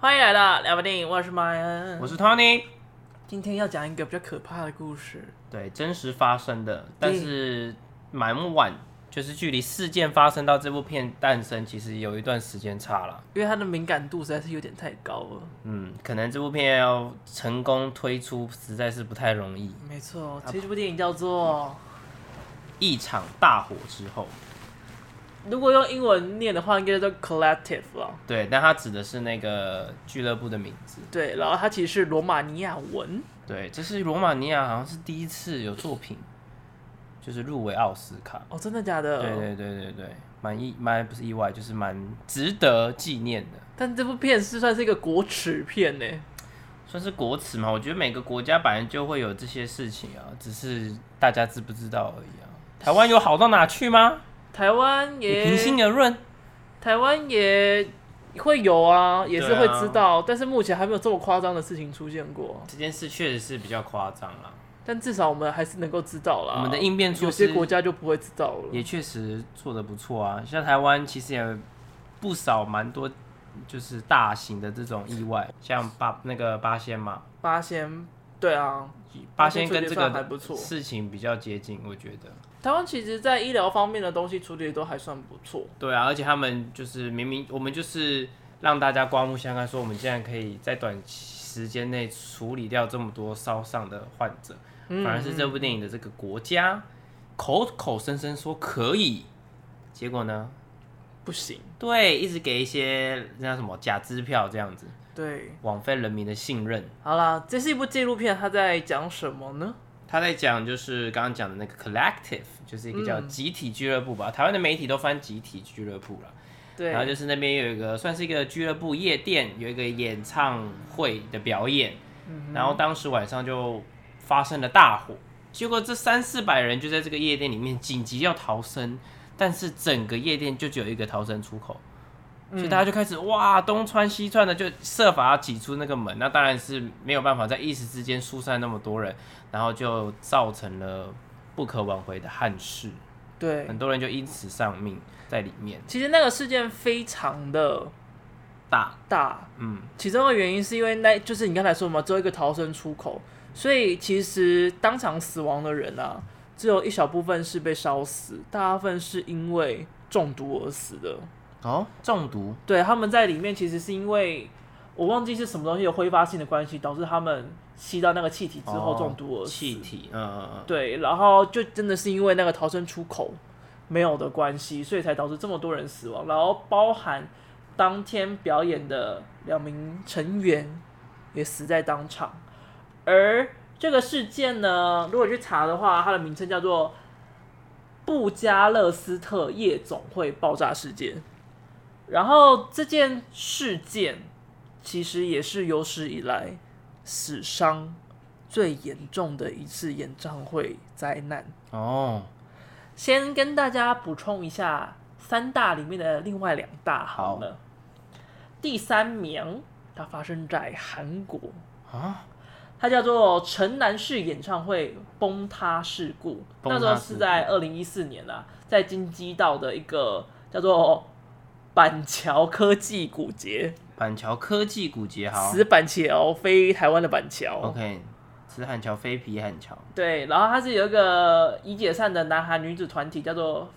欢迎来到聊不电影，我是马恩，我是 Tony。今天要讲一个比较可怕的故事。对，真实发生的，但是蛮晚，就是距离事件发生到这部片诞生，其实有一段时间差了。因为它的敏感度实在是有点太高了。嗯，可能这部片要成功推出，实在是不太容易。没错，啊其实这部电影叫做……一场大火之后，如果用英文念的话，应该叫做 Collective 了。对，但它指的是那个俱乐部的名字。对，然后它其实是罗马尼亚文，对，这是罗马尼亚好像是第一次有作品，就是入围奥斯卡。哦，真的假的？对对对对对，蛮意蛮不是意外，就是蛮值得纪念的。但这部片是算是一个国耻片呢。算是国耻嘛？我觉得每个国家本来就会有这些事情啊，只是大家知不知道而已啊。台湾有好到哪去吗？台湾你也平心而论，台湾也会有啊，也是对啊会知道，但是目前还没有这么夸张的事情出现过。这件事确实是比较夸张啦。但至少我们还是能够知道啦。我们的应变啊措有施些国家就不会知道了。也确实做的不错啊，像台湾其实也不少蛮多就是大型的这种意外，像八那个八仙嘛，八仙，对啊，八仙跟这处理得上还个不错事情比较接近，我觉得。台湾其实在医疗方面的东西处理得都还算不错。对啊，而且他们就是明明我们就是让大家刮目相看，说我们竟然可以在短时间内处理掉这么多烧伤的患者，反而是这部电影的这个国家口口声声说可以，结果呢？不行，对，一直给一些那叫什么假支票这样子，对，枉费人民的信任。好啦，这是一部纪录片，它在讲什么呢？他在讲就是刚刚讲的那个 collective，就是一个叫集体俱乐部吧，台湾的媒体都翻集体俱乐部了。然后对，就是那边有一个算是一个俱乐部夜店，有一个演唱会的表演，嗯然后当时晚上就发生了大火，结果这三四百人就在这个夜店里面紧急要逃生，但是整个夜店就只有一个逃生出口，嗯所以大家就开始哇东窜西窜的，就设法要挤出那个门，那当然是没有办法在一时之间疏散那么多人，然后就造成了不可挽回的憾事，对，很多人就因此丧命在里面，其实那个事件非常的大大，嗯。其中的原因是因为那就是你刚才说嘛，只有一个逃生出口，所以其实当场死亡的人啊，只有一小部分是被烧死，大部分是因为中毒而死的。哦，中毒，对，他们在里面其实是因为我忘记是什么东西有挥发性的关系，导致他们吸到那个气体之后中毒而哦死。气体，嗯嗯嗯，对，然后就真的是因为那个逃生出口没有的关系，所以才导致这么多人死亡，然后包含当天表演的两名成员也死在当场。而这个事件呢，如果去查的话，它的名称叫做布加勒斯特夜总会爆炸事件。然后这件事件其实也是有史以来死伤最严重的一次演唱会灾难。哦，先跟大家补充一下三大里面的另外两大好了。第三名，它发生在韩国，啊，它叫做城南市演唱会崩塌事故。崩那塌事故时候是在二零一四年啊，在京畿道的一个叫做板桥科技古节，板桥科技古街好死板桥，非台湾的板桥。 ，OK，死汉桥飞皮汉桥，对，然后它是有一个已解散的男韩女子团体叫做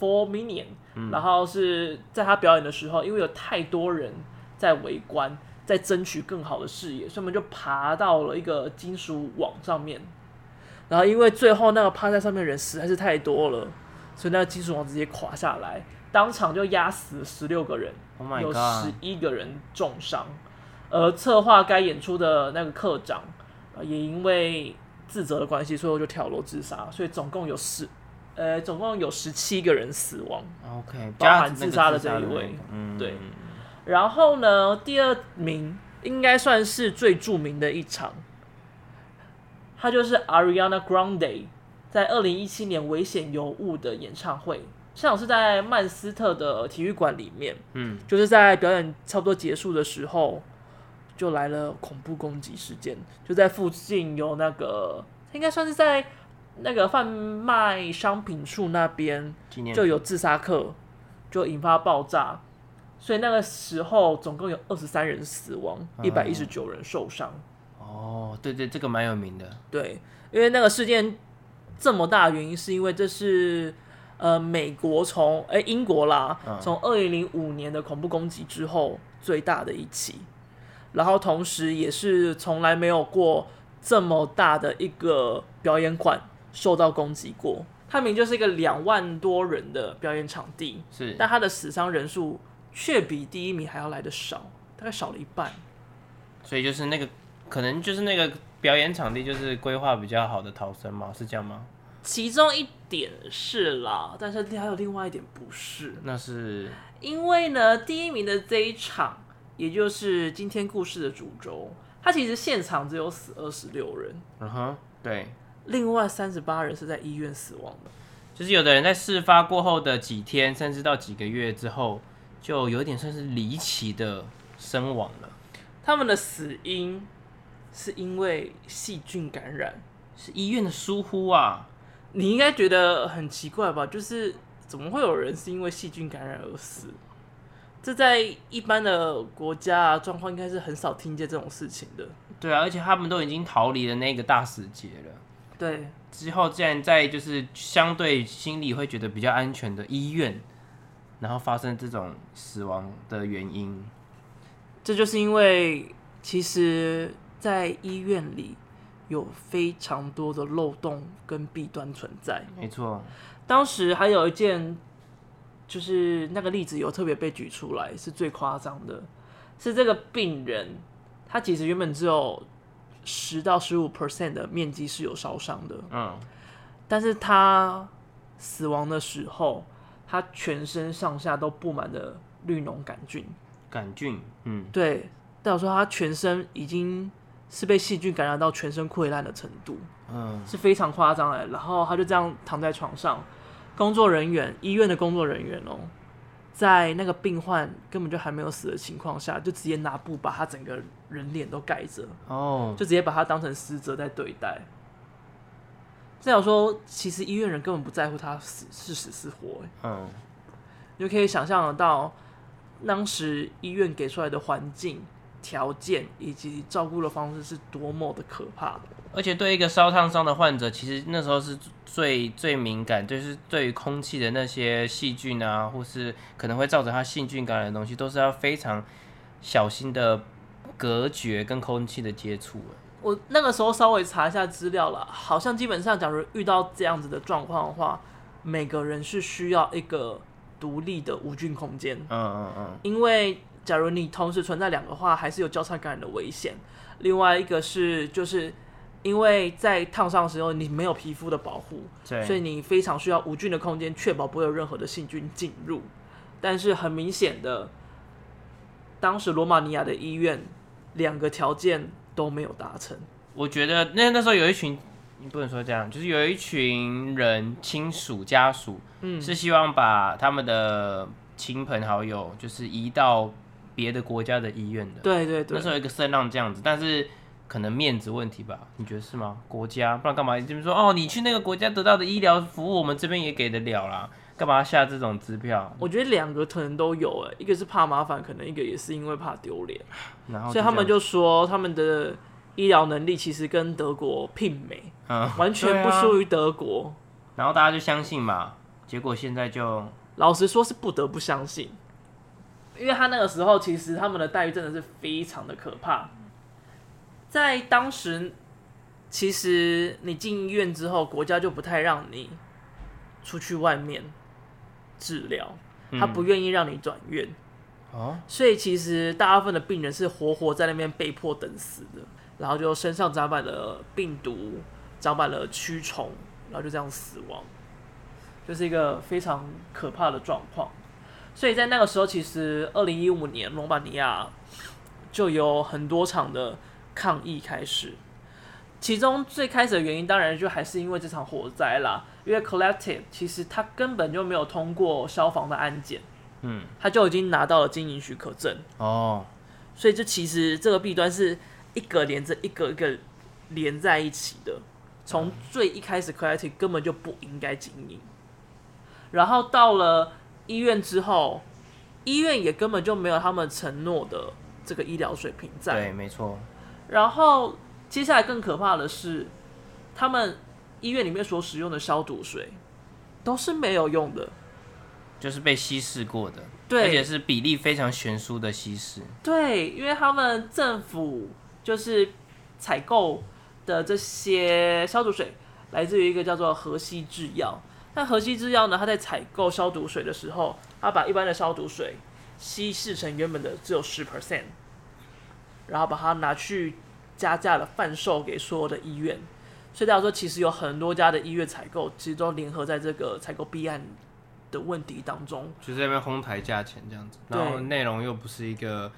Four Million，、然后是在他表演的时候，因为有太多人在围观，在争取更好的视野，所以我们就爬到了一个金属网上面。然后因为最后那个趴在上面的人实在是太多了，所以那个金属网直接垮下来，当场就压死十六个人 Oh my 有 god 十一个人重伤。而策划该演出的那个课长，呃也因为自责的关系，最后就跳楼自杀。所以总共有十，呃，总共有十七个人死亡。 ，OK，包含加那个自杀的这一那位个嗯，对然后呢，第二名应该算是最著名的一场，它就是 Ariana Grande 在二零一七年《危险尤物》的演唱会，这场是在曼斯特的体育馆里面，嗯，就是在表演差不多结束的时候，就来了恐怖攻击事件，就在附近有那个应该算是在那个贩卖商品处那边，纪念就有自杀客，就引发爆炸，所以那个时候总共有二十三人死亡，嗯一百一十九人受伤。哦，对对，这个蛮有名的。对，因为那个事件这么大的原因，是因为这是呃美国从哎、英国啦嗯，从二零零五年的恐怖攻击之后最大的一起，然后同时也是从来没有过这么大的一个表演馆受到攻击过。它明明就是一个两万多人的表演场地，是但它的死伤人数却比第一名还要来的少，大概少了一半。所以就是那个，可能就是那个表演场地就是规划比较好的逃生嘛，是这样吗？其中一点是啦，但是还有另外一点不是，那是因为呢，第一名的这一场，也就是今天故事的主轴，他其实现场只有死二十六人，嗯哼，对，另外三十八人是在医院死亡的。就是有的人在事发过后的几天，甚至到几个月之后，就有点算是离奇的身亡了，他们的死因是因为细菌感染，是医院的疏忽啊。你应该觉得很奇怪吧？就是怎么会有人是因为细菌感染而死？这在一般的国家啊，状况应该是很少听见这种事情的。对啊，而且他们都已经逃离了那个大死结了。对，之后竟然在就是相对心里会觉得比较安全的医院，然后发生这种死亡的原因，这就是因为，其实，在医院里有非常多的漏洞跟弊端存在。没错，当时还有一件，就是那个例子有特别被举出来，是最夸张的，是这个病人，他其实原本只有十到十五 percent 的面积是有烧伤的，嗯，但是他死亡的时候，他全身上下都布满了绿脓杆菌。杆菌，嗯，对，代表说他全身已经是被细菌感染到全身溃烂的程度，嗯，是非常夸张的。然后他就这样躺在床上，工作人员，医院的工作人员哦，在那个病患根本就还没有死的情况下，就直接拿布把他整个人脸都盖着，哦，就直接把他当成死者在对待。这样说，其实医院人根本不在乎他死是死是活、欸嗯，你就可以想象得到，当时医院给出来的环境条件以及照顾的方式是多么的可怕。而且对一个烧烫伤的患者，其实那时候是最最敏感，就是对于空气的那些细菌啊，或是可能会造成他细菌感染的东西，都是要非常小心的隔绝跟空气的接触。我那个时候稍微查一下资料了，好像基本上，假如遇到这样子的状况的话，每个人是需要一个独立的无菌空间，嗯嗯嗯。因为假如你同时存在两个的话，还是有交叉感染的危险。另外一个是，就是因为在烫伤的时候，你没有皮肤的保护，对，所以你非常需要无菌的空间，确保不会有任何的细菌进入。但是很明显的，当时罗马尼亚的医院两个条件都没有达成。我觉得那那时候有一群，你不能说这样，就是有一群人亲属家属，嗯是希望把他们的亲朋好友就是移到别的国家的医院的。对对那对时，候有一个声浪这样子，但是可能面子问题吧，你觉得是吗？国家不然干嘛这边说哦，你去那个国家得到的医疗服务，我们这边也给得了啦，干嘛下这种支票？我觉得两个可能都有、欸，一个是怕麻烦，可能一个也是因为怕丢脸，然后所以这他们样就说他们的医疗能力其实跟德国媲美，嗯，完全不对啊输于德国。然后大家就相信嘛，结果现在就老实说，是不得不相信，因为他那个时候其实他们的待遇真的是非常的可怕。在当时，其实你进医院之后，国家就不太让你出去外面治疗，嗯他不愿意让你转院，哦，所以其实大部分的病人是活活在那边被迫等死的，然后就身上长满了病毒，长满了蛆虫，然后就这样死亡，就是一个非常可怕的状况。所以在那个时候，其实二零一五年罗马尼亚就有很多场的抗议开始，其中最开始的原因当然就还是因为这场火灾啦，因为 Collective 其实它根本就没有通过消防的安检。嗯，他就已经拿到了经营许可证，哦，所以这其实这个弊端是一个连着一个一个连在一起的。从最一开始 c o l l e c t i v 根本就不应该经营，然后到了医院之后，医院也根本就没有他们承诺的这个医疗水平在对，。没错，然后接下来更可怕的是，他们医院里面所使用的消毒水都是没有用的。就是被稀释过的，对而且是比例非常悬殊的稀释，对，因为他们政府就是采购的这些消毒水，来自于一个叫做河西制药。那河西制药呢，它在采购消毒水的时候，它把一般的消毒水稀释成原本的只有十 percent，然后把它拿去加价的贩售给所有的医院。所以大家说，其实有很多家的医院采购，其实都联合在这个采购弊案的问题当中。就在那边哄抬价钱这样子，对然后内容又不是一个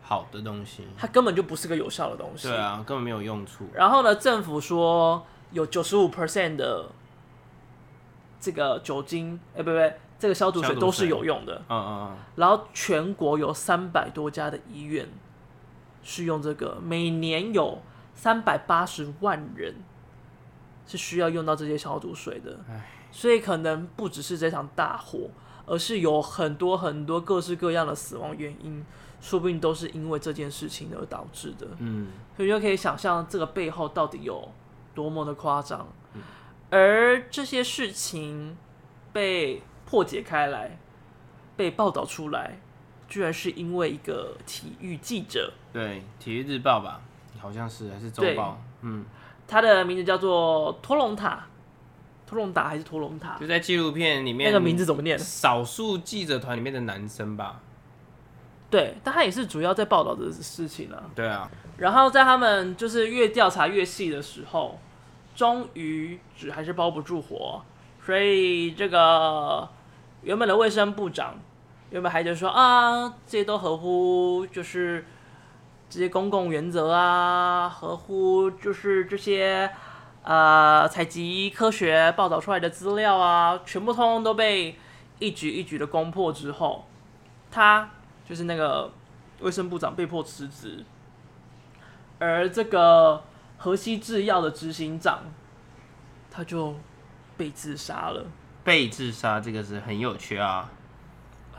好的东西，它根本就不是个有效的东西。对啊，根本没有用处，然后呢，政府说有九十五 percent 的这个酒精，哎、不不不，这个消毒水消毒水都是有用的。嗯嗯嗯，然后全国有三百多家的医院是用这个，每年有三百八十万人是需要用到这些消毒水的唉。所以可能不只是这场大火，而是有很多很多各式各样的死亡原因，说不定都是因为这件事情而导致的。嗯，所以就可以想象这个背后到底有多么的夸张。而这些事情被破解开来，被报道出来，居然是因为一个体育记者，对，体育日报吧，好像是还是周对报，嗯，他的名字叫做托隆塔，托隆达还是托隆塔？就在纪录片里面那个名字怎么念？少数记者团里面的男生吧，对，但他也是主要在报道的事情啊。对啊，然后在他们就是越调查越细的时候，终于纸还是包不住火，所以这个原本的卫生部长原本还就说啊，这些都合乎就是这些公共原则啊，合乎就是这些呃采集科学报道出来的资料啊，全部通通都被一举一举的攻破之后，他就是那个卫生部长被迫辞职。而这个河西制药的执行长，他就被自杀了。被自杀这个是很有趣啊，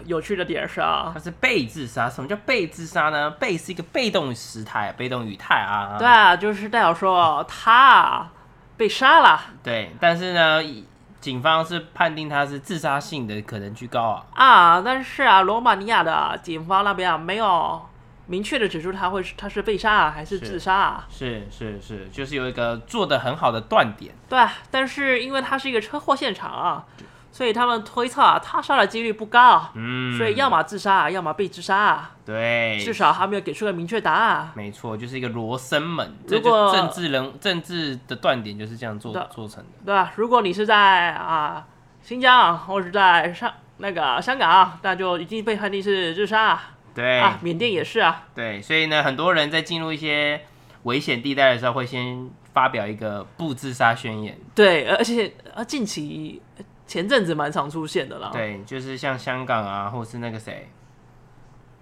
有趣的点是啊它，是被自杀，什么叫被自杀呢？被是一个被动时态，被动语态啊，对啊，就是代表说他被杀了对，但是呢，以警方是判定他是自杀性的可能居高啊，啊，但是啊，罗马尼亚的警方那边啊没有明确的指出他会是他是被杀啊还是是自杀啊。是是是，就是有一个做的很好的断点，对啊，但是因为他是一个车祸现场啊，所以他们推测啊，他杀的几率不高，嗯，所以要么自杀啊，要么被自杀啊，对，至少还没有给出个明确答案啊。没错，就是一个罗生门，这如果就政治人政治的断点就是这样做对做成的，对吧？如果你是在啊、新疆或是在上那个香港，啊那就一定被判定是自杀啊。对、啊，缅甸也是啊，对，所以呢，很多人在进入一些危险地带的时候，会先发表一个不自杀宣言，对，而且呃近期前阵子蛮常出现的啦。对，就是像香港啊，或是那个谁，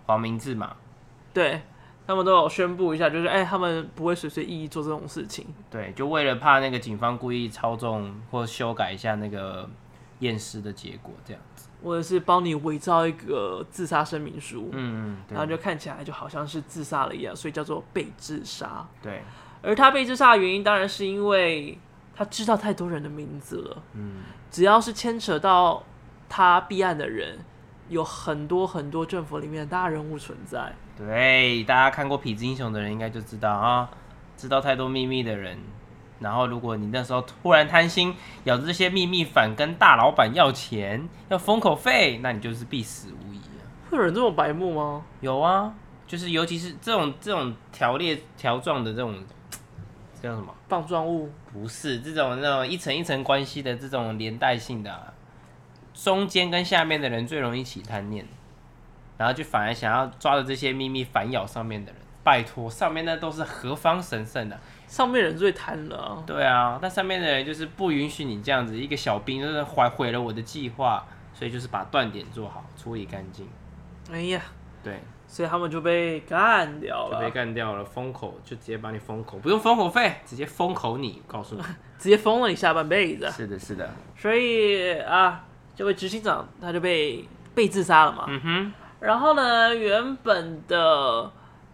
黄明志嘛，对他们都有宣布一下，就是哎、他们不会随随意意做这种事情。对，就为了怕那个警方故意操纵或修改一下那个验尸的结果，这样，或者是帮你伪造一个自杀声明书，嗯然后嗯，对就看起来就好像是自杀了一样，所以叫做被自杀。对，而他被自杀的原因，当然是因为他知道太多人的名字了。嗯，只要是牵扯到他弊案的人，有很多很多政府里面的大人物存在。对，大家看过《痞子英雄》的人应该就知道啊，知道太多秘密的人。然后，如果你那时候突然贪心，咬着这些秘密反跟大老板要钱，要封口费，那你就是必死无疑啊！会有人这么白目吗？有啊，就是尤其是这种这种条列条状的这种，这叫什么？棒状物不是这种那种一层一层关系的这种连带性的啊、中间跟下面的人最容易起贪念，然后就反而想要抓着这些秘密反咬上面的人。拜托，上面那都是何方神圣啊！上面人最贪了啊、对啊，但上面的人就是不允许你这样子，一个小兵就是毁毁了我的计划，所以就是把断点做好，处理干净。哎呀，对，所以他们就被干掉就被了，干掉了，封口就直接把你封口，不用封口费，直接封口你，告 诉你。直接封了你下半辈子。是的，是的，所以啊，这位执行长他就被被自杀了嘛。嗯哼，然后呢，原本的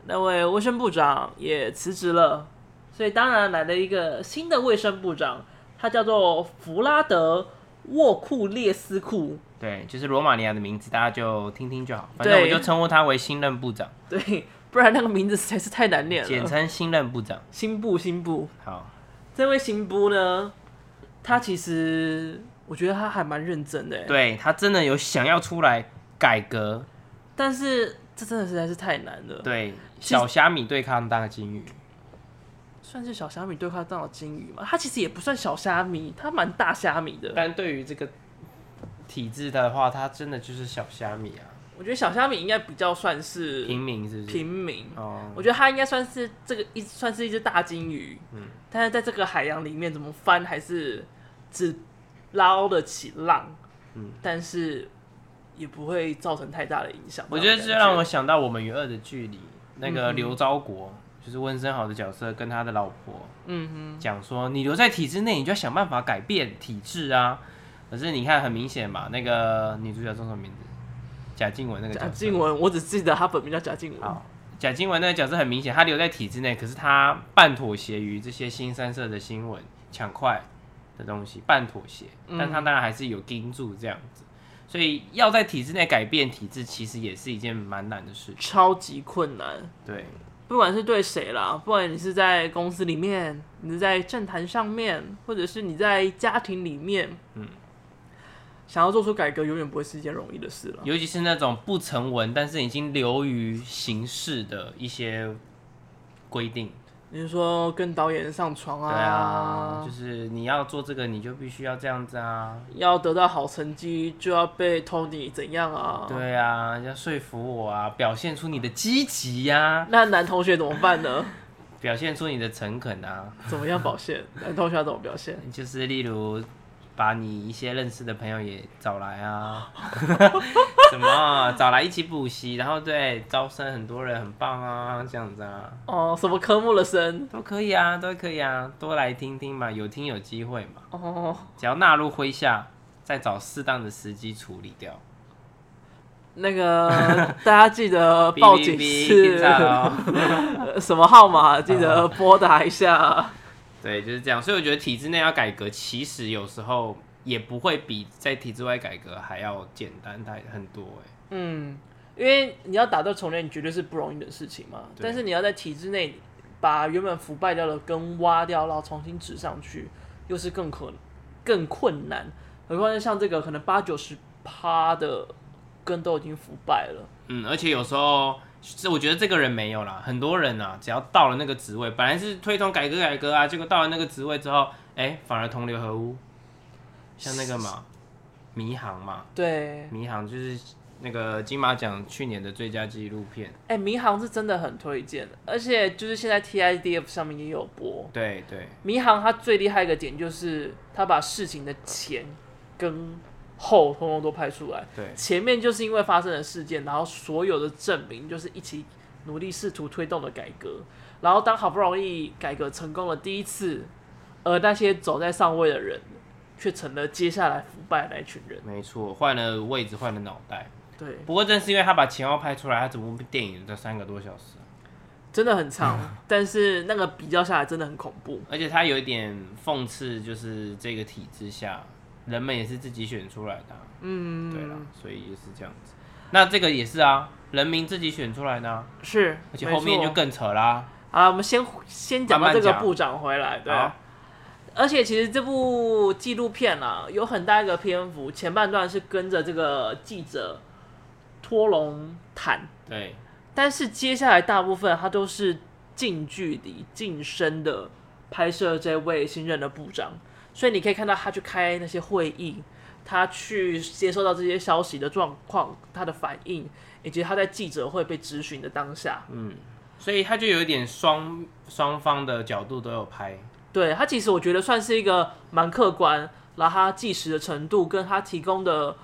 那位卫生部长也辞职了，所以当然来了一个新的卫生部长，他叫做弗拉德沃库列斯库。对，就是罗马尼亚的名字，大家就听听就好。反正我对就称呼他为新任部长，对，不然那个名字实在是太难念 简了。称新任部长。新部新部，好，这位新部呢，他其实我觉得他还蛮认真的，欸对他真的有想要出来改革，但是这真的实在是太难了。对实小虾米对抗大金鱼，算是小虾米对话到金鱼嘛，他其实也不算小虾米，他蛮大虾米的。但对于这个体制的话，他真的就是小虾米啊，我觉得小虾米应该比较算是平民是不是？平民，哦，我觉得它应该算是这个一算是一只大金鱼，嗯，但是在这个海洋里面怎么翻还是只捞得起浪，嗯，但是也不会造成太大的影响。我觉得这这让我想到《我们与恶的距离》那个嗯刘昭国，就是温升豪的角色，跟他的老婆嗯讲说：“你留在体制内，你就要想办法改变体制啊。”可是你看，很明显嘛，那个女主角叫什么名字？贾静雯那哼，个角贾色。静雯，我只记得她本名叫贾静雯，好，贾静雯那个角色很明显，她留在体制内，可是她半妥协于这些新三社的新闻抢快的东西，半妥协，嗯但她当然还是有盯住这样子。所以要在体制内改变体制，其实也是一件蛮难的事情。超级困难，对，不管是对谁啦，不管你是在公司里面，你是在政坛上面，或者是你在家庭里面，嗯，想要做出改革，永远不会是一件容易的事了。尤其是那种不成文但是已经流于形式的一些规定。你是说跟导演上床对啊？啊，就是你要做这个，你就必须要这样子啊。要得到好成绩就要被 Tony 怎样啊？，对啊，要说服我啊，表现出你的积极呀，那男同学怎么办呢？表现出你的诚恳啊。怎么样表现？男同学要怎么表现？就是例如把你一些认识的朋友也找来啊， 什么啊找来一起补习，然后对招生很多人很棒啊，这样子啊，哦，什么科目的生？都可以啊，都可以啊，多来听听嘛，有听有机会嘛，哦，只要纳入麾下，再找适当的时机处理掉。那 个大家记得哔报哔警哔是警察哦嗯咯呃什么号码？记得拨打一下。对，就是这样。所以我觉得体制内要改革，其实有时候也不会比在体制外改革还要简单太很多哎、嗯，因为你要打掉重练，你绝对是不容易的事情嘛。对但是你要在体制内把原本腐败掉的根挖掉，然后重新植上去，又是更困更困难。何况是像这个可能八九十趴的根都已经腐败了，嗯，而且有时候是我觉得这个人没有啦，很多人啊，只要到了那个职位，本来是推崇改革改革啊，结果到了那个职位之后，哎、反而同流合污。像那个嘛，迷航嘛，对，迷航就是那个金马奖去年的最佳纪录片，哎、民航是真的很推荐，而且就是现在 TIDF 上面也有播。对对民航它最厉害一个点就是它把事情的前跟后通通都拍出来，对前面就是因为发生了事件，然后所有的证明就是一起努力试图推动的改革，然后当好不容易改革成功了第一次，而那些走在上位的人却成了接下来腐败的那一群人。没错，换了位置，换了脑袋。对，不过正是因为他把前后拍出来，他整部电影才三个多小时啊，真的很长，嗯但是那个比较下来真的很恐怖。而且他有一点讽刺，就是这个体制下，人们也是自己选出来的啊、嗯，对啦，所以就是这样子。那这个也是啊，人民自己选出来的、啊，是，而且后面就没错更扯啦。啊，我们先先讲到慢慢这个讲部长回来，对。啊好而且其实这部纪录片啊，有很大一个篇幅，前半段是跟着这个记者托龙谈，对，但是接下来大部分他都是近距离、近身的拍摄这位新任的部长，所以你可以看到他去开那些会议，他去接收到这些消息的状况，他的反应，以及他在记者会被质询的当下，所以他就有一点双双方的角度都有拍，对他其实我觉得算是一个嗯蛮客观，然后他计时的程度跟他提供的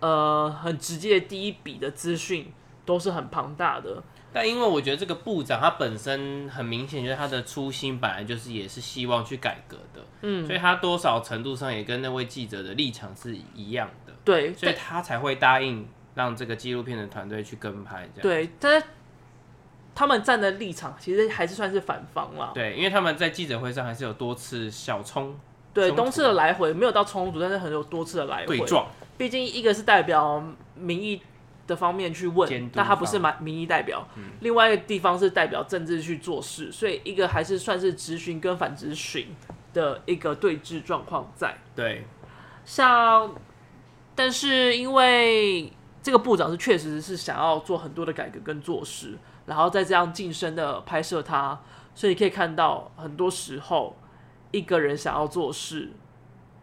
呃很直接的第一笔的资讯都是很庞大的。但因为我觉得这个部长他本身很明显，就是他的初心本来就是也是希望去改革的，嗯，所以他多少程度上也跟那位记者的立场是一样的，对，所以对他才会答应让这个纪录片的团队去跟拍，这样对，但是他们站的立场其实还是算是反方啦。对，因为他们在记者会上还是有多次小冲对，冲突东次的来回没有到冲突，但是很有多次的来回对。撞，毕竟一个是代表民意的方面去监督问，但他不是方民民意代表，另外一个地方是代表政治去做事，所以一个还是算是质询跟反质询的一个对峙状况在。对，像，但是因为这个部长是确实是想要做很多的改革跟做事，然后再这样晋升的拍摄他，所以可以看到很多时候一个人想要做事，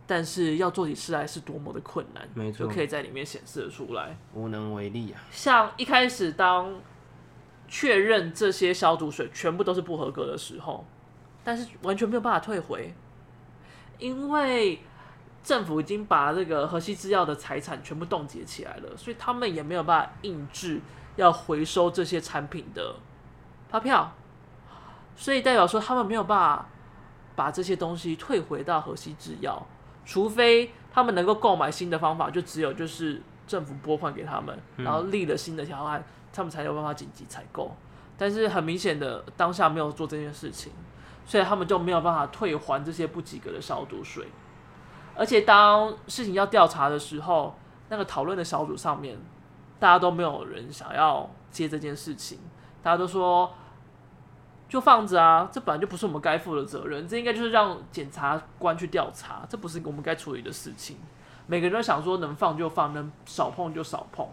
但是要做起事来是多么的困难，没就错，可以在里面显示得出来。无能为力啊，像一开始当确认这些消毒水全部都是不合格的时候，但是完全没有办法退回，因为政府已经把这个河西制药的财产全部冻结起来了，所以他们也没有办法印制要回收这些产品的发票，所以代表说他们没有办法把这些东西退回到河西制药，除非他们能够购买新的方法，就只有就是政府拨款给他们，然后立了新的条案，他们才有办法紧急采购。但是很明显的，当下没有做这件事情，所以他们就没有办法退还这些不及格的消毒水。而且当事情要调查的时候，那个讨论的小组上面，大家都没有人想要接这件事情，大家都说就放着啊，这本来就不是我们该负的责任，这应该就是让检察官去调查，这不是我们该处理的事情。每个人都想说能放就放，能少碰就少碰。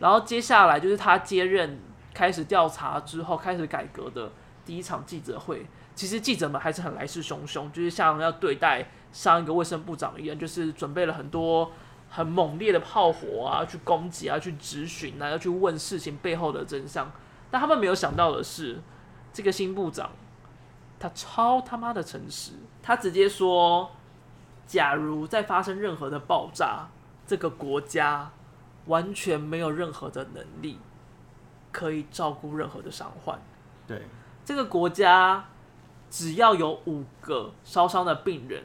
然后接下来就是他接任开始调查之后开始改革的第一场记者会，其实记者们还是很来势汹汹，就是像要对待上一个卫生部长一样，就是准备了很多很猛烈的炮火啊，去攻击啊，去质询啊，要去问事情背后的真相。但他们没有想到的是，这个新部长他超他妈的诚实，他直接说，假如再发生任何的爆炸，这个国家完全没有任何的能力可以照顾任何的伤患。对，这个国家只要有五个烧伤的病人，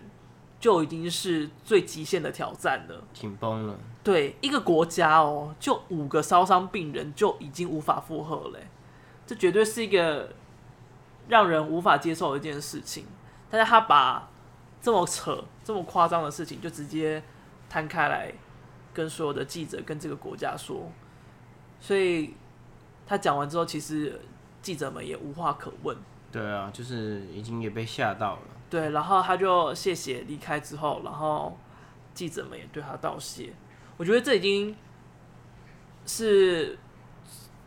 就已经是最极限的挑战了。紧绷了，对，一个国家哦，就五个烧伤病人就已经无法负荷嘞，这绝对是一个让人无法接受的一件事情。但是他把这么扯、这么夸张的事情，就直接摊开来跟所有的记者、跟这个国家说。所以他讲完之后，其实记者们也无话可问。对啊，就是已经也被吓到了，对，然后他就谢谢离开之后，然后记者们也对他道谢。我觉得这已经是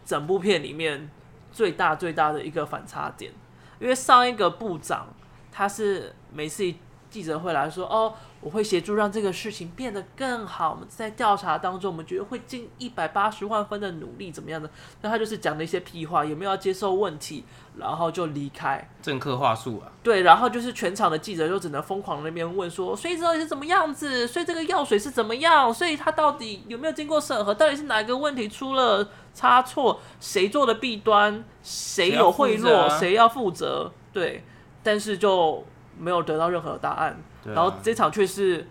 整部片里面最大最大的一个反差点，因为上一个部长他是每次记者会来说，哦，我会协助让这个事情变得更好，我们在调查当中，我们觉得会尽一百八十万分的努力，怎么样的？那他就是讲了一些屁话，也没有要接受问题，然后就离开。政客话术啊，对，然后就是全场的记者就只能疯狂地那边问说，所以这到底是怎么样子？所以这个药水是怎么样？所以它到底有没有经过审核？到底是哪个问题出了差错？谁做的弊端？谁谁要有贿负责赂？啊谁要负责？对，但是就没有得到任何答案。对啊然后这场却是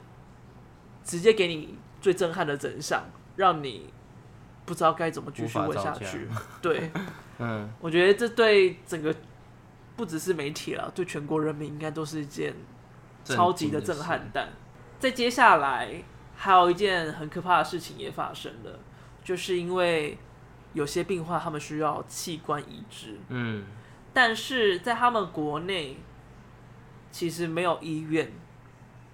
直接给你最震撼的真相，让你不知道该怎么继无续法问招下架去。 对。 嗯，我觉得这对整个不只是媒体了，对全国人民应该都是一件超级的震事撼弹。再接下来还有一件很可怕的事情也发生了，就是因为有些病患他们需要器官移植，嗯，但是在他们国内其实没有医院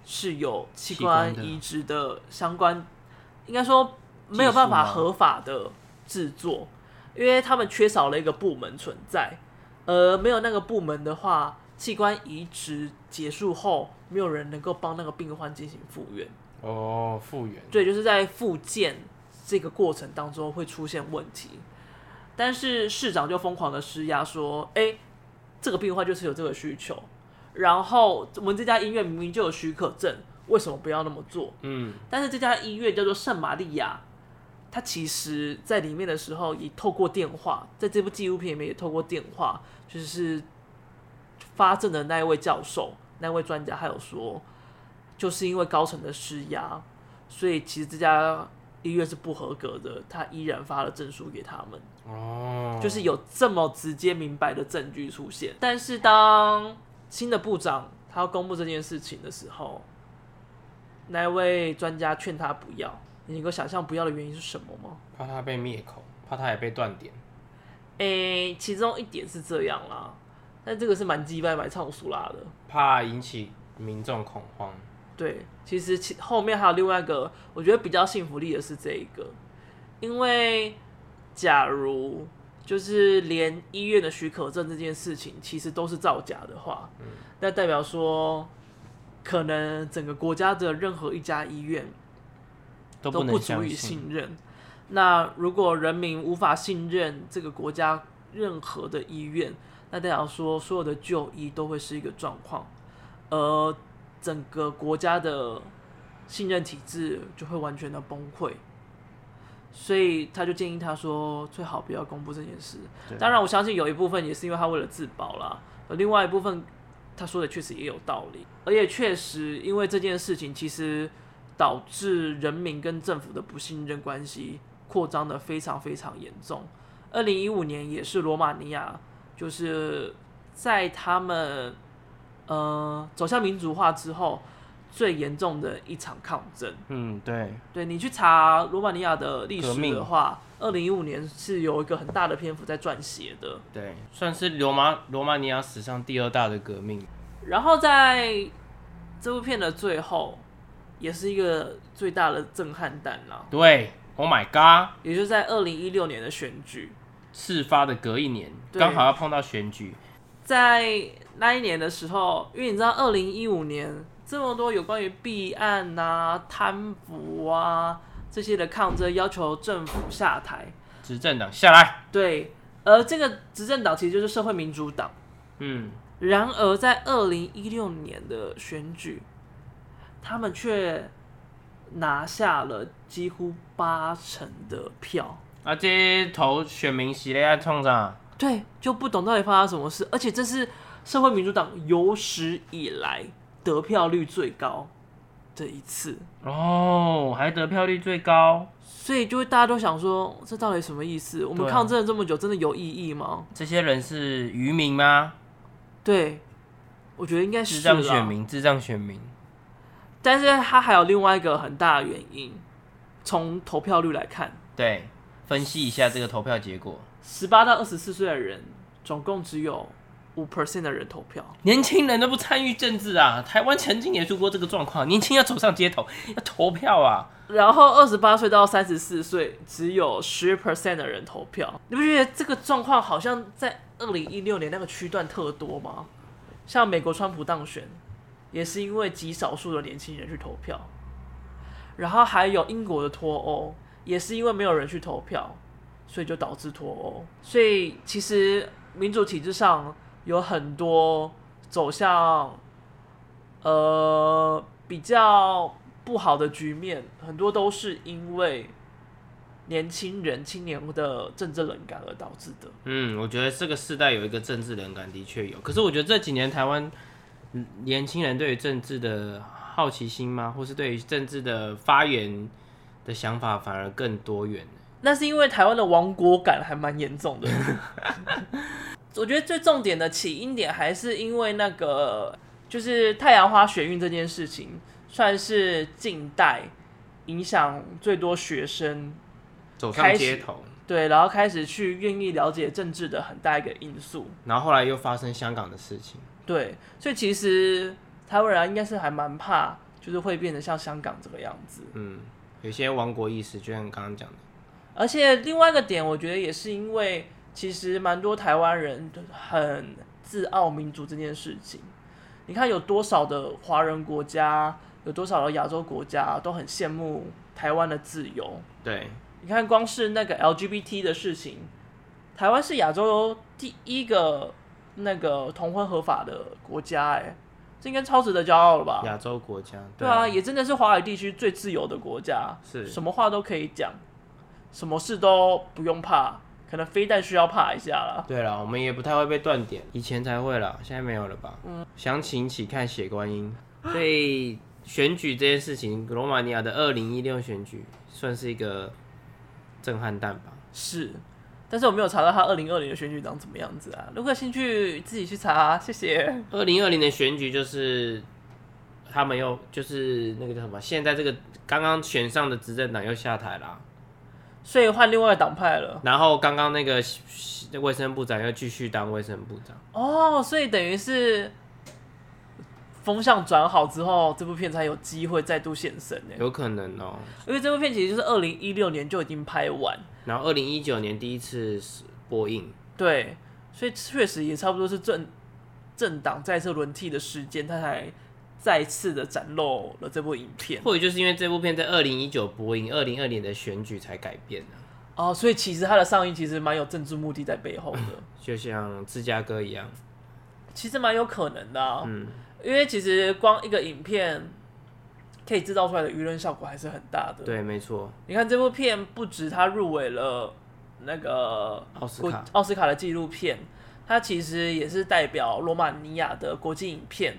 是有器官器官的移植的相关，应该说没有办法技术吗合法的制作，因为他们缺少了一个部门存在，而没有那个部门的话，器官移植结束后，没有人能够帮那个病患进行复原。哦，复原，对，就是在复健这个过程当中会出现问题。但是市长就疯狂的施压说：“哎、这个病患就是有这个需求，然后我们这家医院明明就有许可证，为什么不要那么做？”嗯，但是这家医院叫做圣玛利亚，它其实在里面的时候也透过电话，在这部纪录片里面也透过电话，就是发证的那一位教授、那位专家，还有说，就是因为高层的施压，所以其实这家医院是不合格的，他依然发了证书给他们，哦，就是有这么直接明白的证据出现。但是当新的部长他要公布这件事情的时候，那位专家劝他不要，你能够想象不要的原因是什么吗？怕他被灭口，怕他也被断点。诶、其中一点是这样啦，但这个是蛮击败蛮唱苏拉的。怕引起民众恐慌。对，其实其后面还有另外一个，我觉得比较幸福力的是这一个，因为假如就是连医院的许可证这件事情其实都是造假的话，那代表说可能整个国家的任何一家医院都都不不能足相以信。信任。那如果人民无法信任这个国家任何的医院，那代表说所有的就医都会是一个状况，而整个国家的信任体制就会完全的崩溃。所以他就建议他说，最好不要公布这件事。对当然，我相信有一部分也是因为他为了自保啦，而另外一部分他说的确实也有道理，而且确实因为这件事情，其实导致人民跟政府的不信任关系扩张的非常非常严重。二零一五年也是罗马尼亚，就是在他们呃走向民主化之后最严重的一场抗争。嗯，对，对你去查罗马尼亚的历革史命的话，二零一五年是有一个很大的篇幅在撰写的。对，算是罗马罗马尼亚史上第二大的革命。然后在这部片的最后，也是一个最大的震撼弹啦，对，Oh my God，也就是在二零一六年的选举，事发的隔一年，对刚好要碰到选举。在那一年的时候，因为你知道二零一五年这么多有关于弊案啊、贪腐啊这些的抗争，要求政府下台。执政党下来，对，而这个执政党其实就是社会民主党。嗯，然而，在二零一六年的选举，他们却拿下了几乎八成的票。啊，这些投选民席咧，冲啥？对，就不懂到底发生什么事，而且这是社会民主党有史以来得票率最高的一次，哦，还得票率最高，所以就会大家都想说，这到底什么意思？我们对啊抗争了这么久，真的有意义吗？这些人是渔民吗？对，我觉得应该智是啊啦障选民，智障选民。但是它还有另外一个很大的原因，从投票率来看。对，分析一下这个投票结果。十八到二十四岁的人，总共只有五 percent 的人投票。年轻人都不参与政治啊！台湾曾经也出过这个状况，年轻要走上街头，要投票啊！然后二十八岁到三十四岁，只有十 percent 的人投票。你不觉得这个状况好像在二零一六年那个区段特多吗？像美国川普当选，也是因为极少数的年轻人去投票。然后还有英国的脱欧，也是因为没有人去投票，所以就导致脱欧。所以其实民主体制上有很多走向呃比较不好的局面，很多都是因为年轻人、青年的政治冷感而导致的。嗯，我觉得这个世代有一个政治冷感，的确有。可是我觉得这几年台湾嗯年轻人对于政治的好奇心吗，或是对于政治的发言的想法反而更多元。那是因为台湾的亡国感还蛮严重的。我觉得最重点的起因点还是因为那个，就是太阳花学运这件事情，算是近代影响最多学生走开上始街头，对，然后开始去愿意了解政治的很大一个因素。然后后来又发生香港的事情。对，所以其实台湾人应该是还蛮怕，就是会变得像香港这个样子。嗯，有一些亡国意识，就像你刚刚讲的，而且另外一个点，我觉得也是因为其实蛮多台湾人很自傲民族这件事情。你看有多少的华人国家，有多少的亚洲国家啊都很羡慕台湾的自由。对，你看光是那个 LGBT 的事情，台湾是亚洲第一个那个同婚合法的国家、哎，这应该超值得骄傲了吧？亚洲国家，对啊，也真的是华语地区最自由的国家，是什么话都可以讲，什么事都不用怕，可能非但需要怕一下啦。对了，我们也不太会被断点，以前才会了，现在没有了吧？嗯，详情请看《血观音》。所以选举这件事情，罗马尼亚的二零一六选举算是一个震撼弹吧。是，但是我没有查到他二零二零的选举长怎么样子啊。如果有兴趣自己去查，谢谢。二零二零的选举就是他们又就是那个叫什么，现在这个刚刚选上的执政党又下台啦，所以换另外一个党派了然后刚刚那个卫生部长又继续当卫生部长，哦，所以等于是风向转好之后，这部片才有机会再度现身呢。有可能哦、因为这部片其实就是二零一六年就已经拍完，然后二零一九年第一次播映，对，所以确实也差不多是政政党再次轮替的时间，他才再次的展露了这部影片。或者就是因为这部片在二零一九播映，二零二零的选举才改变的、哦，所以其实它的上映其实蛮有政治目的在背后的，就像芝加哥一样，其实蛮有可能的、啊，嗯，因为其实光一个影片可以制造出来的舆论效果还是很大的。，对，没错，你看这部片不止它入围了那个奥斯国卡，奥斯卡的纪录片，它其实也是代表罗马尼亚的国际影片。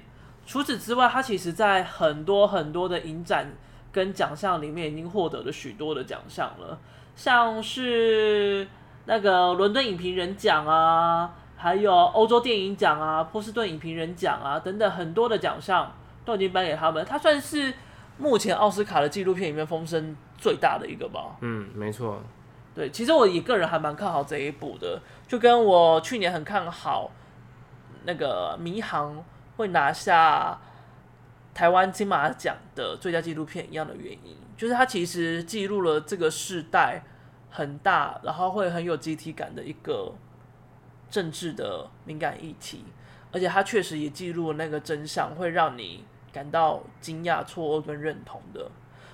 除此之外，它其实在很多很多的影展跟奖项里面已经获得了许多的奖项了，像是那个伦敦影评人奖啊，还有欧洲电影奖啊、波士顿影评人奖啊等等很多的奖项都已经颁给他们。它算是目前奥斯卡的纪录片里面风声最大的一个吧。嗯，没错，对，其实我也个人还蛮看好这一部的，就跟我去年很看好那个《迷航》会拿下台湾金马奖的最佳纪录片一样的原因，就是它其实记录了这个世代很大，然后会很有集体感的一个政治的敏感议题，而且它确实也记录了那个真相，会让你感到惊讶、错愕跟认同的。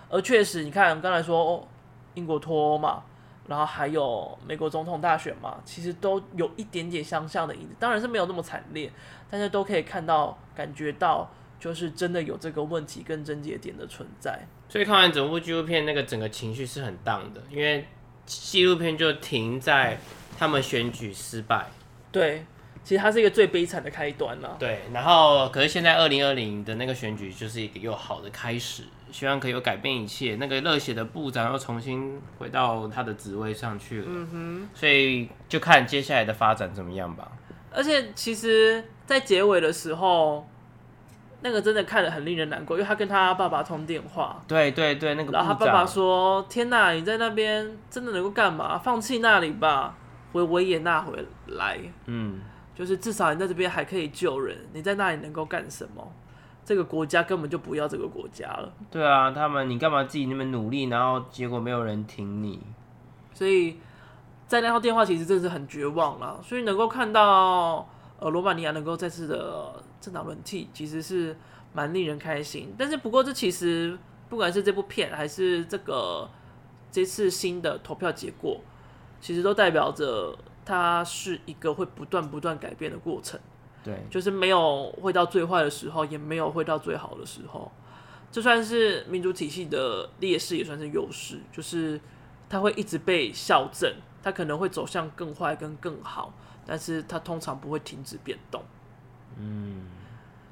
而确实，你看刚才说、哦英国脱欧嘛，然后还有美国总统大选嘛，其实都有一点点相像的影子，当然是没有那么惨烈，但是都可以看到、感觉到，就是真的有这个问题跟症结点的存在。所以看完整部纪录片，那个整个情绪是很荡的，因为纪录片就停在他们选举失败，对，其实它是一个最悲惨的开端了、对，然后可是现在二零二零的那个选举就是一个又好的开始，希望可以有改变一切。那个热血的部长又重新回到他的职位上去了，嗯哼，所以就看接下来的发展怎么样吧。而且其实，在结尾的时候，那个真的看得很令人难过，因为他跟他爸爸通电话，对对对，那个部然长，后他爸爸说：“天哪，你在那边真的能够干嘛？放弃那里吧，回维也纳回来。”嗯，就是至少你在这边还可以救人，你在那里能够干什么？这个国家根本就不要这个国家了，对啊，他们你干嘛自己那么努力，然后结果没有人挺你？所以在那套电话其实真的是很绝望啦。所以能够看到呃罗马尼亚能够再次的政党轮替，其实是蛮令人开心。但是不过这其实不管是这部片还是这个这次新的投票结果，其实都代表着它是一个会不断不断改变的过程。对，就是没有会到最坏的时候，也没有会到最好的时候。这算是民主体系的劣势，也算是优势，就是它会一直被校正，它可能会走向更坏跟更好，但是它通常不会停止变动。嗯，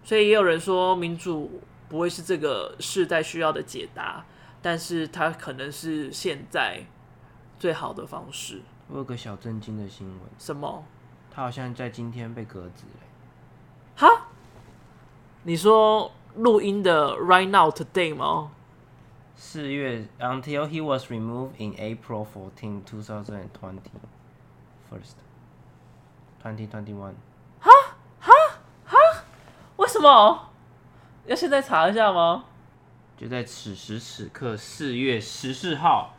所以也有人说，民主不会是这个世代需要的解答，但是它可能是现在最好的方式。我有个小震惊的新闻，什么？他好像在今天被革职了。哈？你说录音的 right now today 吗？四月，until he was removed in April 14, 2020. First. 2021. 为什么？要现在查一下吗？就在此时此刻，四月十四号。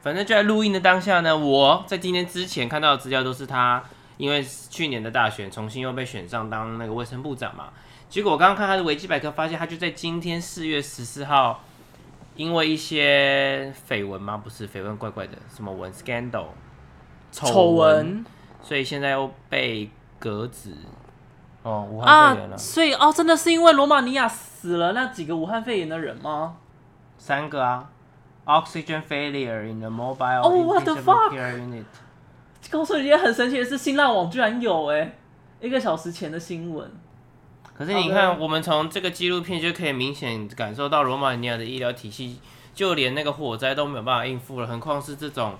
反正就在录音的当下呢，我在今天之前看到的资料都是他，因为去年的大选重新又被选上当那个卫生部长嘛。结果我刚刚看他的维基百科，发现他就在今天四月十四号，因为一些绯闻吗？不是绯闻，怪怪的，什么文 scandal 丑闻，闻所以现在又被革职。哦，武汉肺炎了，啊，所以哦，真的是因为罗马尼亚死了那几个武汉肺炎的人吗？三个啊，oxygen failure in the mobile Oh, what the intensive fuck? care unit。告诉你一件很神奇的事，新浪网居然有哎、一个小时前的新闻，可是你好看，的我们从这个纪录片就可以明显感受到罗马尼亚的医疗体系，就连那个火灾都没有办法应付了，何况是这种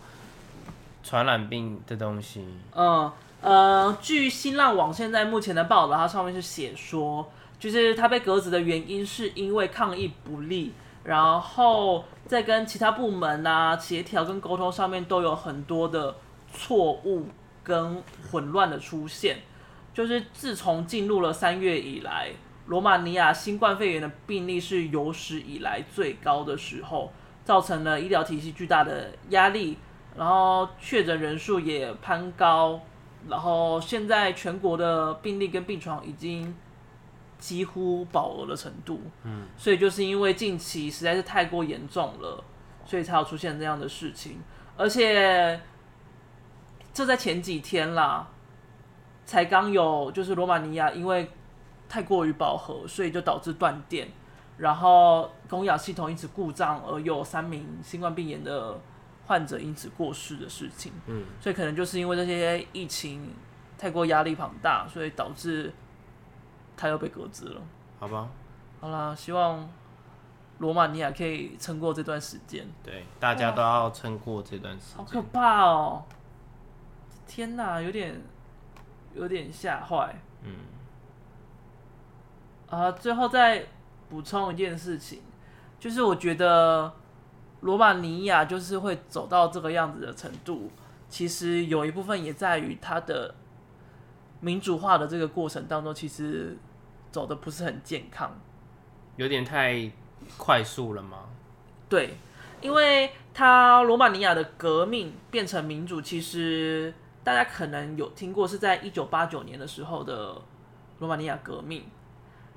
传染病的东西。嗯呃，据新浪网现在目前的报道，它上面是写说，就是他被革职的原因是因为抗议不力，然后在跟其他部门啊协调跟沟通上面都有很多的错误跟混乱的出现。就是自从进入了三月以来，罗马尼亚新冠肺炎的病例是有史以来最高的时候，造成了医疗体系巨大的压力，然后确诊人数也攀高，然后现在全国的病例跟病床已经几乎饱和的程度，嗯，所以就是因为近期实在是太过严重了，所以才有出现这样的事情，而且这在前几天啦，才刚有就是罗马尼亚因为太过于饱和，所以就导致断电，然后供氧系统因此故障，而有三名新冠病炎的患者因此过世的事情。嗯，所以可能就是因为这些疫情太过压力庞大，所以导致他又被革职了。好吧，好啦，希望罗马尼亚可以撑过这段时间。对，大家都要撑过这段时好可间。怕哦！天哪，有点有点吓坏。嗯，啊，最后再补充一件事情，就是我觉得罗马尼亚就是会走到这个样子的程度，其实有一部分也在于它的民主化的这个过程当中，其实走的不是很健康。有点太快速了吗？对，因为它罗马尼亚的革命变成民主，其实大家可能有听过，是在一九八九年的时候的罗马尼亚革命。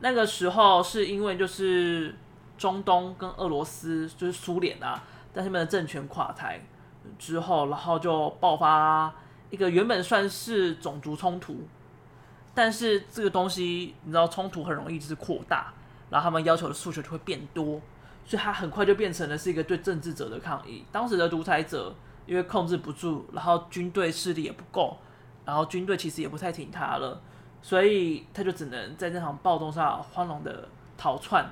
那个时候是因为就是中东跟俄罗斯，就是苏联啊，但他们的政权垮台之后，然后就爆发一个原本算是种族冲突，但是这个东西你知道，冲突很容易就是扩大，然后他们要求的诉求就会变多，所以它很快就变成了是一个对政治者的抗议。当时的独裁者因为控制不住，然后军队势力也不够，然后军队其实也不太挺他了，所以他就只能在那场暴动上欢龙的逃窜。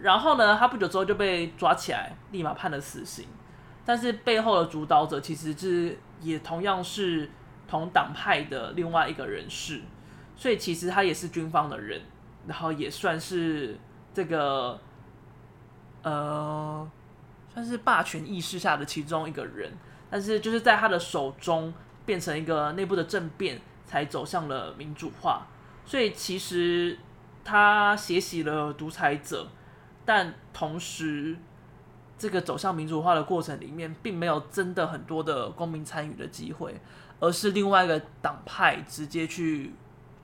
然后呢，他不久之后就被抓起来，立马判了死刑。但是背后的主导者其实是也同样是同党派的另外一个人士，所以其实他也是军方的人，然后也算是这个呃，算是霸权意识下的其中一个人，但是就是在他的手中变成一个内部的政变，才走向了民主化。所以其实他血洗了独裁者，但同时这个走向民主化的过程里面，并没有真的很多的公民参与的机会，而是另外一个党派直接去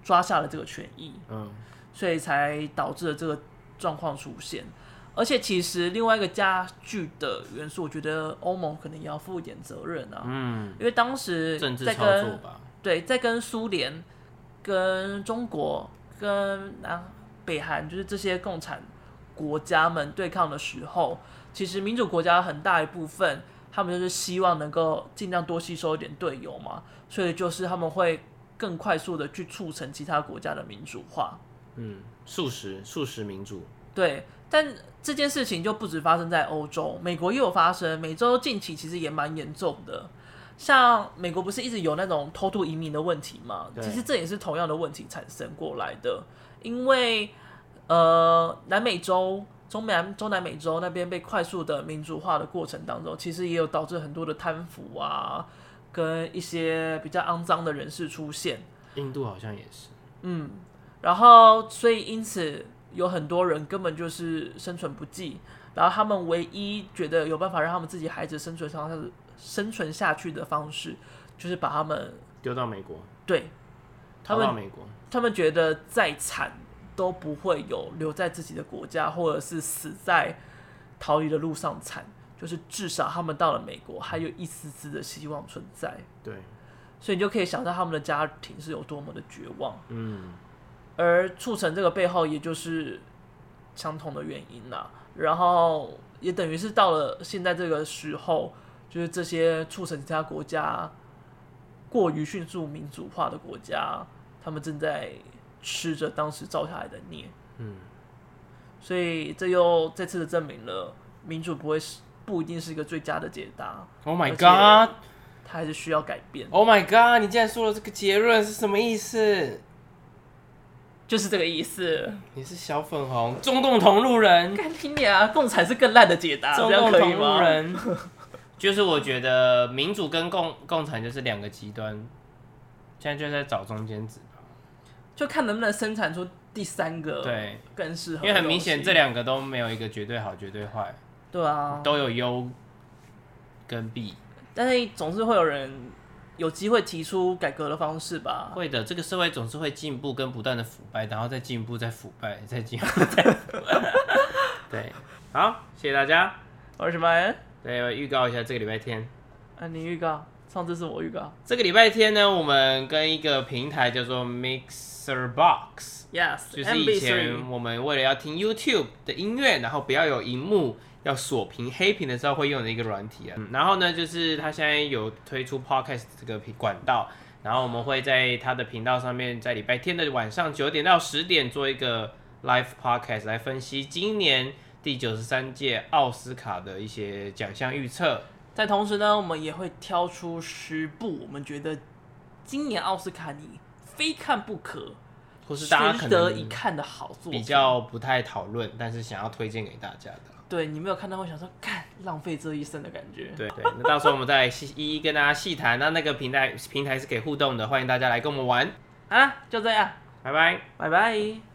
抓下了这个权益。嗯，所以才导致了这个状况出现。而且其实另外一个加剧的元素，我觉得欧盟可能也要负一点责任啊，嗯，因为当时政治在操作跟吧。对在跟苏联、跟中国、跟南北韩，就是这些共产国家们对抗的时候，其实民主国家很大一部分，他们就是希望能够尽量多吸收一点队友嘛，所以就是他们会更快速的去促成其他国家的民主化。嗯，素食素食民主。对，但这件事情就不止发生在欧洲，美国也有发生。美洲近期其实也蛮严重的，像美国不是一直有那种偷渡移民的问题嘛？对其实这也是同样的问题产生过来的，因为呃，南美洲、中南中南美洲那边被快速的民主化的过程当中，其实也有导致很多的贪腐啊，跟一些比较肮脏的人士出现。印度好像也是。嗯，然后所以因此有很多人根本就是生存不济，然后他们唯一觉得有办法让他们自己孩子生存上生存下去的方式，就是把他们丢到美国，对他逃到们美国，他们觉得再惨都不会有留在自己的国家，或者是死在逃离的路上惨，就是至少他们到了美国还有一丝丝的希望存在，对，所以你就可以想到他们的家庭是有多么的绝望。嗯，而促成这个背后也就是相同的原因啦、然后也等于是到了现在这个时候，就是这些促成其他国家过于迅速民主化的国家，他们正在吃着当时造下来的孽。嗯，所以这又再次的证明了民主不会是不一定是一个最佳的解答， Oh my 而且 god！Oh 它还是需要改变， my god！你竟然说了这个结论是什么意思？就是这个意思。你是小粉红，中共同路 人，看听你啊，共产是更烂的解答，这中样共可以同路吗？人。 就是我觉得民主跟共共产就是两个极端，现在就在找中间值吧。就看能不能生产出第三个对，更适合的东西，因为很明显这两个都没有一个绝对好、绝对坏，对啊，都有优跟弊。但是总是会有人有机会提出改革的方式吧？会的，这个社会总是会进步跟不断的腐败，然后再进步、再腐败、再进步、再腐 败。对，好，谢谢大家。我是什么？安、对，我预告一下这个礼拜天。啊，你预告，上次是我预告这个礼拜天呢，我们跟一个平台叫做 Mixer Box， ，Yes，就是以前我们为了要听 YouTube 的音乐，然后不要有荧幕，要锁屏、黑屏的时候会用的一个软体啊。嗯然后呢，就是它现在有推出 Podcast 这个频管道，然后我们会在它的频道上面，在礼拜天的晚上九点到十点做一个 Live Podcast 来分析今年第九十三届奥斯卡的一些奖项预测。在同时呢，我们也会挑出十部我们觉得今年奥斯卡你非看不可，或是大家可值得一能看的好作品。比较不太讨论，但是想要推荐给大家的。对你没有看到会想说，看浪费这一生的感觉。 对对，那到时候我们再细一一跟大家细谈。那那个平台平台是可以互动的，欢迎大家来跟我们玩，啊，就这样，拜拜。拜拜。